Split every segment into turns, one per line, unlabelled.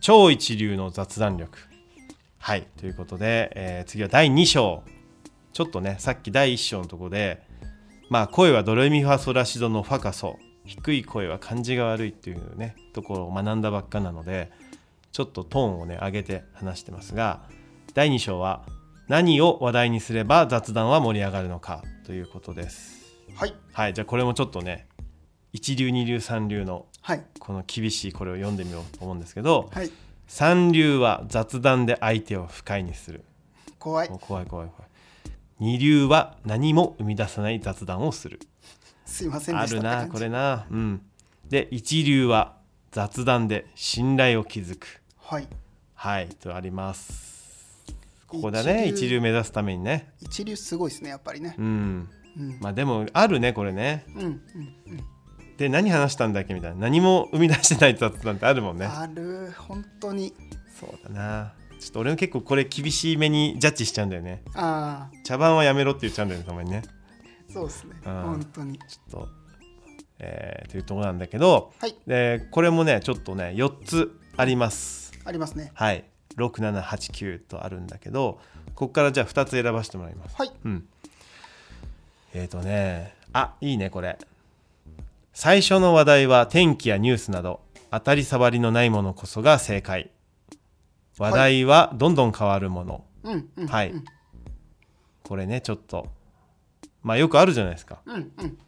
超一流の雑談力はいということで、えー次は第2章ちょっとねさっき第1章のとこでまあ声はドレミファソラシドのファかソ低い声は感じが悪いっていうねところを学んだばっかなのでちょっとトーンをね上げて話してますが第2章は何を話題にすれば雑談は盛り上がるのかということです
はい
はいじゃあこれもちょっとね一流二流三流の
はい
この厳しいこれを読んでみようと思うんですけど
はい
三流は雑談で相手を不快にする
怖い
もう怖い怖い怖い二流は何も生み出さない雑談をする
すいません
あ
でした
るな
って感
こ
じ
れなうんで一流は雑談で信頼を築く
はい
はいとありますここだね一流目指すためにね
一流すごいですねやっぱりね
うん
うん、
まあでもあるねこれね
うんうんうん
で何話したんだっけみたいな何も生み出してない雑談ってあるもんね
ある本当に
そうだなちょっと俺も結構これ厳しい目にジャッジしちゃうんだよね
ああ
茶番はやめろって言っちゃうんだよねたまにね
そうですね
うん
本当に
ちょっとえー、というところなんだけど、
はい
でこれもねちょっとね4つあります
ありますね
はい6789とあるんだけどここからじゃあ2つ選ばせてもらいます
はい
うんえー、とねあいいねこれ最初の話題は天気やニュースなど当たり障りのないものこそが正解話題はどんどん変わるもの、
うんうん
はい、これねちょっとまあよくあるじゃないですか
うんうん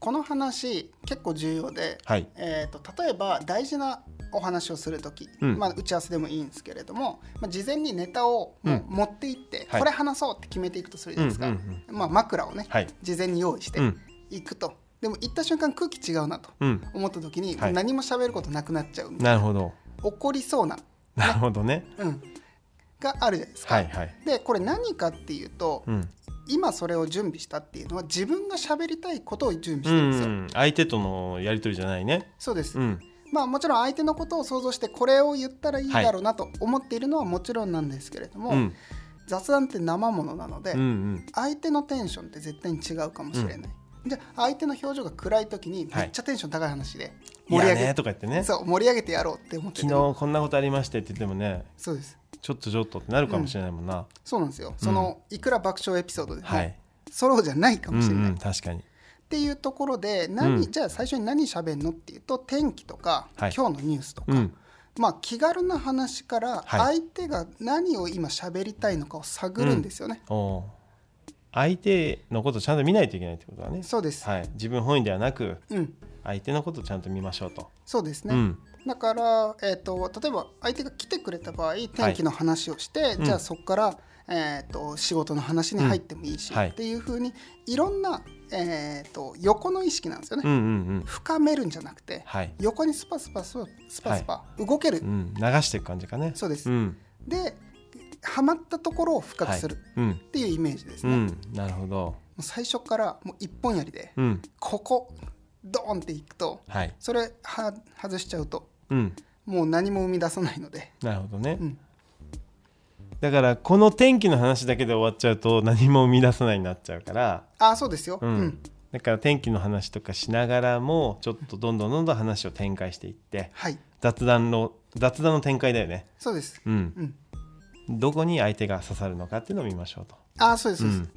この話結構重要で、
はい
えー、と例えば大事なお話をする時、
うん
まあ、打ち合わせでもいいんですけれども、まあ、事前にネタをもう持っていって、
はい
これ話そうって決めていくとするじゃないですか、
うんうん
まあ、枕をね、
はい
事前に用意して
うん
いくと、でも行った瞬間空気違うなと
うん
思った時に、
はい
何も喋ることなくなっちゃうみたい
なるほど
な起こりそうな、
なるほどね
うん、があるじゃないですか。
はいはい
でこれ何かっていうと、
うん、
今それを準備したっていうのは自分が喋りたいことを準備して
う
るんですよ。
ん、相手とのやり取りじゃないね
そうです、
うん
まあもちろん相手のことを想像してこれを言ったらいいだろうなと思っているのはもちろんなんですけれども、
うん
雑談って生ものなので、
うんうん
相手のテンションって絶対に違うかもしれない、じゃあ相手の表情が暗い時に
はい
めっちゃテンション高い話で
い
盛り上
や
げて、
ねとか言ってね
そう盛り上げてやろうって思って
昨
て
日
も
こんなことありましてって言ってもね
そうです
ちょっとちょっとってなるかもしれないもんな、
そうなんですよその、いくら爆笑エピソードでも、
はい
ソロじゃないか
う
も
ん
しれない、
うん、確かに
っていうところで何、
うん
じゃあ最初に何喋るのっていうと天気とか、
はい
今日のニュースとか、
うん
まあ、気軽な話から
は
相手が何を今喋りたいのかを探るんですよね。
おう相手のことちゃんと見ないといけないってことだね
そうです、
はい、自分本位ではなく
うん、
相手のことちゃんと見ましょうと、
そうですね、
うん
だから、えー、と例えば相手が来てくれた場合天気の話をして、
うん
じゃあそこから、えー、と仕事の話に入ってもいいし、
うんはい
っていうふうにいろんな、えー、と横の意識なんですよね、
うんうんうん
深めるんじゃなくて、
はい、
横にスパスパススパスパ動ける、
うん、流していく感じかね
そうです
うん
でハマったところを深くする
うん
っていうイメージです
う
ね、も
ん、なるほど、
う最初からもう一本やりで
うん、
ここドーンっていくと
はい、
それは外しちゃうと
うん、
もう何も生み出さないので、
なるほどね、
うん、
だからこの天気の話だけで終わっちゃうと何も生み出さないになっちゃうから、
ああそうですよ、
う
うんん
だから天気の話とかしながらもちょっとどんどんどんどん話を展開していって
はい
雑談の雑談の展開だよね、
そうです、
うん、
うん、
どこに相手が刺さるのかっていうのを見ましょうと。
ああそうですそう
う
です、
ん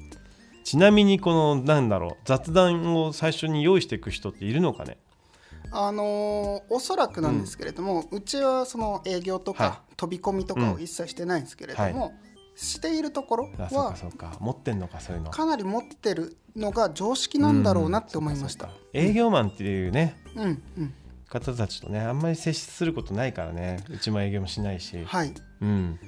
ちなみにこのなんだろう雑談を最初に用意していく人っているのかね
あのーおそらくなんですけれども、うちはその営業とか、
は
飛び込みとかを一切してないんですけれども、しているところ
あそう
は
かそうか持ってんのかそういうの
かなり持ってるのが常識なんだろうなって思いました
うんそうかそうか営業マンっていうね
うんうん
方たちとねあんまり接することないからねうちも営業もしないし、
はい
うん、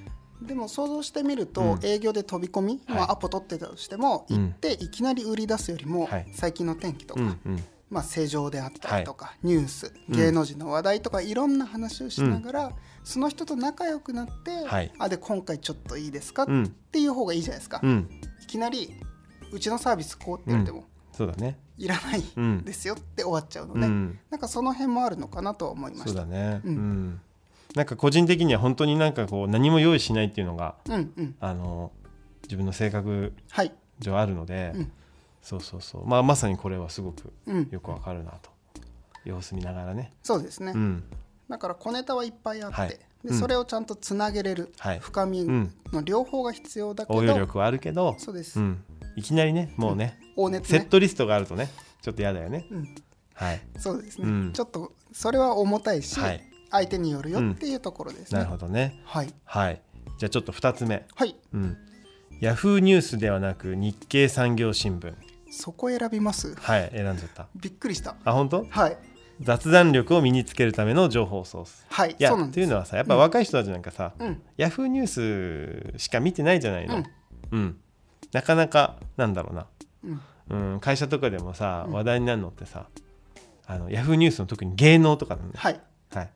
でも想像してみると、
うん
営業で飛び込み、ま
はい
あ、アポ取ってたとしても、
うん
行っていきなり売り出すよりも、
はい
最近の天気とか、
うんうん
まあ、正常であったりとか、ニュース芸能人の話題とかいろんな話をしながら、その人と仲良くなって、
はい
あで今回ちょっといいですか、
うん
っていう方がいいじゃないですか、
うん
いきなりうちのサービスこうって言われても、
そうだね
いらない
うん
ですよって終わっちゃうの
う
で、
ん
なんかその辺もあるのかなとは思いま
そう
した
だねう、
うんん
なんか個人的には本当になんかこう何も用意しないっていうのが
うんうん
あの自分の性格
はい
上あるので、
うん
そうそうそうまあまさにこれはすごく
うん
よくわかるなと様子見ながらね
そうですね、
うん
だから小ネタはいっぱいあって、
はい
で
うん
それをちゃんとつなげれる、
はい
深み
ん
の両方が必要だけど、
応用力はあるけど
そうです、
うん、いきなりねもうね、
大熱
セッ
ね
トリストがあるとねちょっと嫌だよね、
うん
はい
そうですね、
うん
ちょっとそれは重たいし、
はい
相手によるよっていうところですね、
なるほどね
はい
はいじゃあちょっと2つ目
はい
うんヤフーニュースではなく日経産業新聞
そこ選びます
はい選んじゃった
びっくりした
あ本当
はい
雑談力を身につけるための情報ソース
はい
いや
そうなん
っていう
です
のはさやっぱ若い人たちなんかさ、
うん
ヤフーニュースしか見てないじゃないの
うん
うん、なかなかなんだろうな
うん
うん、会社とかでもさ
うん
話題になるのってさ、あのヤフーニュースの特に芸能とかなんだよ
はい
はい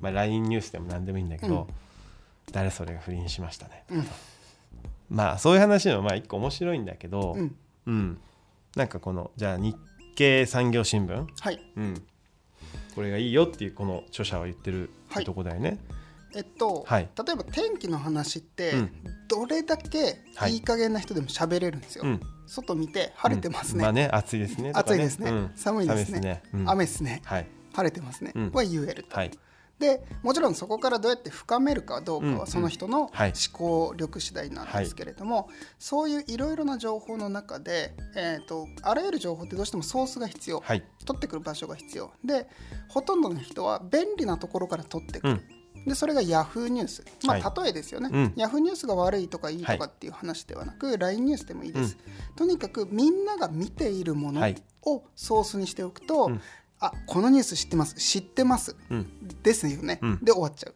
まあ、LINE ニュースでも何でもいいんだけど、誰それが不倫しましたね
うん
まあそういう話もまあ一個面白いんだけど、う
うんん
なんかこのじゃあ日経産業新聞、
はい
うん、これがいいよっていうこの著者は言ってる
はい
とこだよね。
えっと、
はい
例えば天気の話って、
うん
どれだけ
はい
いい加減な人でも喋れるんですよ、
うん
外見て晴れてます
うん
ね,、
まあね暑いですねとか
暑いですね寒いですね
寒うん
雨ですね
はい
晴れてますね、
うん
は言えると、
はい
でもちろんそこからどうやって深めるかどうか
うんうん
はその人の思
はい
考力次第なんですけれども、そういういろいろな情報の中で、えー、とあらゆる情報ってどうしてもソースが必要、
はい
取ってくる場所が必要でほとんどの人は便利なところから取ってくる、でそれがヤフーニュース、ま
は
あ、例えですよね、
うん
ヤフーニュースが悪いとかいい
は
と
い
かっていう話ではなく、LINE ニュースでもいいです、とにかくみんなが見ているもの
はい
をソースにしておくと、
うん
あこのニュース知ってます知ってます
うん
ですよね、
うん
で終わっちゃう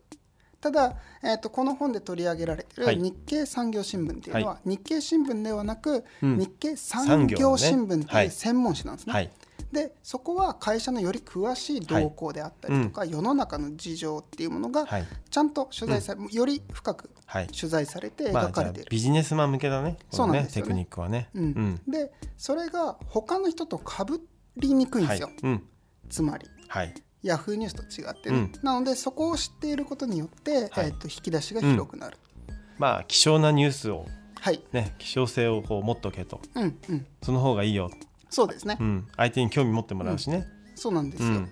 ただ、えー、とこの本で取り上げられて
は
る
い
日経産業新聞っていうのは、日経新聞ではなく、
うん
日経産業新聞って
はいいう
専門誌なんですね、
はい
でそこは会社のより詳しい動向であったりとか、世の中の事情っていうものが
はい
ちゃんと取材され、より深く
はい
取材されて
まあ
描
じ
か
ゃ
れ
あ
ている、
ビジネスマン向けだねこ
そう
の
なん
ね
です
テ
よね
クニックはね。
うんでそれが他の人とかぶりにくいん
は
で
い
すよ、
うん
つまり
はい
ヤフーニュースと違ってね、なのでそこを知っていることによって、
はい
えー、と引き出しが広くなる、
まあ希少なニュースを
はい
ね希少性をこう持っとけと
うんうん
その方がいいよ、
そうですね、
うん、相手に興味持ってもらうしね、
そうなんです
う
よ、
ん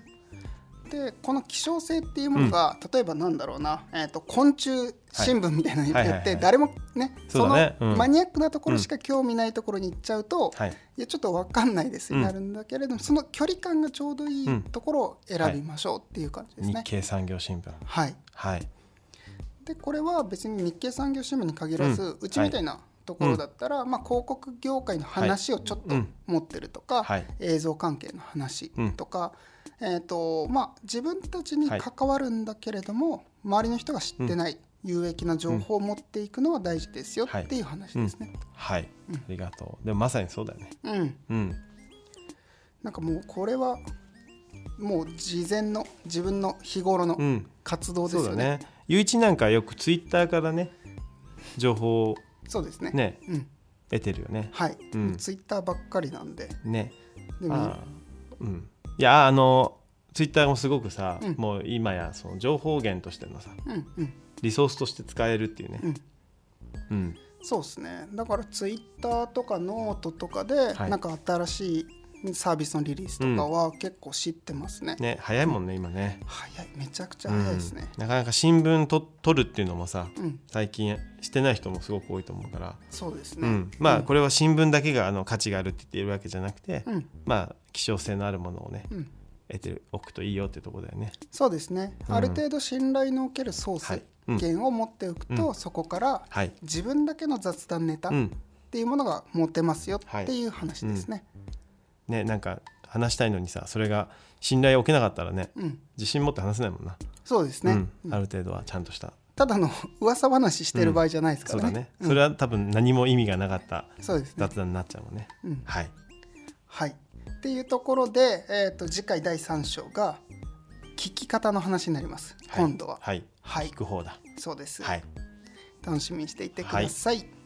でこの希少性っていうものが、例えばなんだろうな、えー、と昆虫新聞みたいなのに
はい
言
はいはい
って
はい
誰もね
そうだね
の
うん
マニアックなところしか興味ないところに行っちゃうと、
はい
いやちょっと分かんないです
うん
になるんだけれども、その距離感がちょうどい
うん
いところを選びましょうっていう感じです
日
ね。
経産業新聞
はい、
はい
でこれは別に日経産業新聞に限らず、
う
うんちみたいなところだったら、まあ、広告業界の話をちょっと
うん
持ってるとか、
はい
映像関係の話とか、えーとまあ、自分たちに
はい
関わるんだけれども、周りの人が知ってない有益な情報を持っていくのは大事ですよ
はい
っていう話ですね。
はい、ありがとうでもまさにそうだよね
うん
うん
なんかもうこれはもう事前の自分の日頃の
うん
活動で
そう
す
だ
よね。
ねゆういちなんかよくツイッターからね情報を
そうですね。
ね
うん、
得てるよね
はい、
うん
ツイッターばっかりなんで、
ね
でも
あーうんいやあのツイッターもすごくさ、
うん
もう今やその情報源としてのさ
うんうん
リソースとして使えるっていうね
うん
うん
そうですねだからツイッターとかノートとかで、
はい
なんか新しいサービスのリリースとかは結構知ってますね,、
ね早いもんね今ね
早いめちゃくちゃ早いですね
うん、なかなか新聞と取るっていうのもさ
うん、
最近してない人もすごく多いと思うから、
そうです
う
ね、
ん、まあこれは新聞だけがあの価値があるって言っているわけじゃなくて、
うん、うん
まあ希少性のあるものをね
うん
得ておくといいよってとこだよね。
そうですね、
うん
ある程度信頼のおけるソース、
はいうん
源を持っておくと、
う
そこから
はい、
自分だけの雑談ネタっ
うん
ていうものが持てますよっていう話ですね、
ね、なんか話したいのにさそれが信頼を受けなかったらね
うん
自信持って話せないもんな、
そうですね、
う、
うんん
ある程度はちゃんとした、
ただの噂話してる場合じゃないですか
そう
らね,、
だね、それは多分何も意味がなかった
そうですね
雑談になっちゃうもんね。
うん
はい、
はい。っていうところで、えー、と次回第3章が聞き方の話になります、
はい
今度は。
はい、
はい
聞、く方だ、
そうです、
はい
楽しみにしていてください。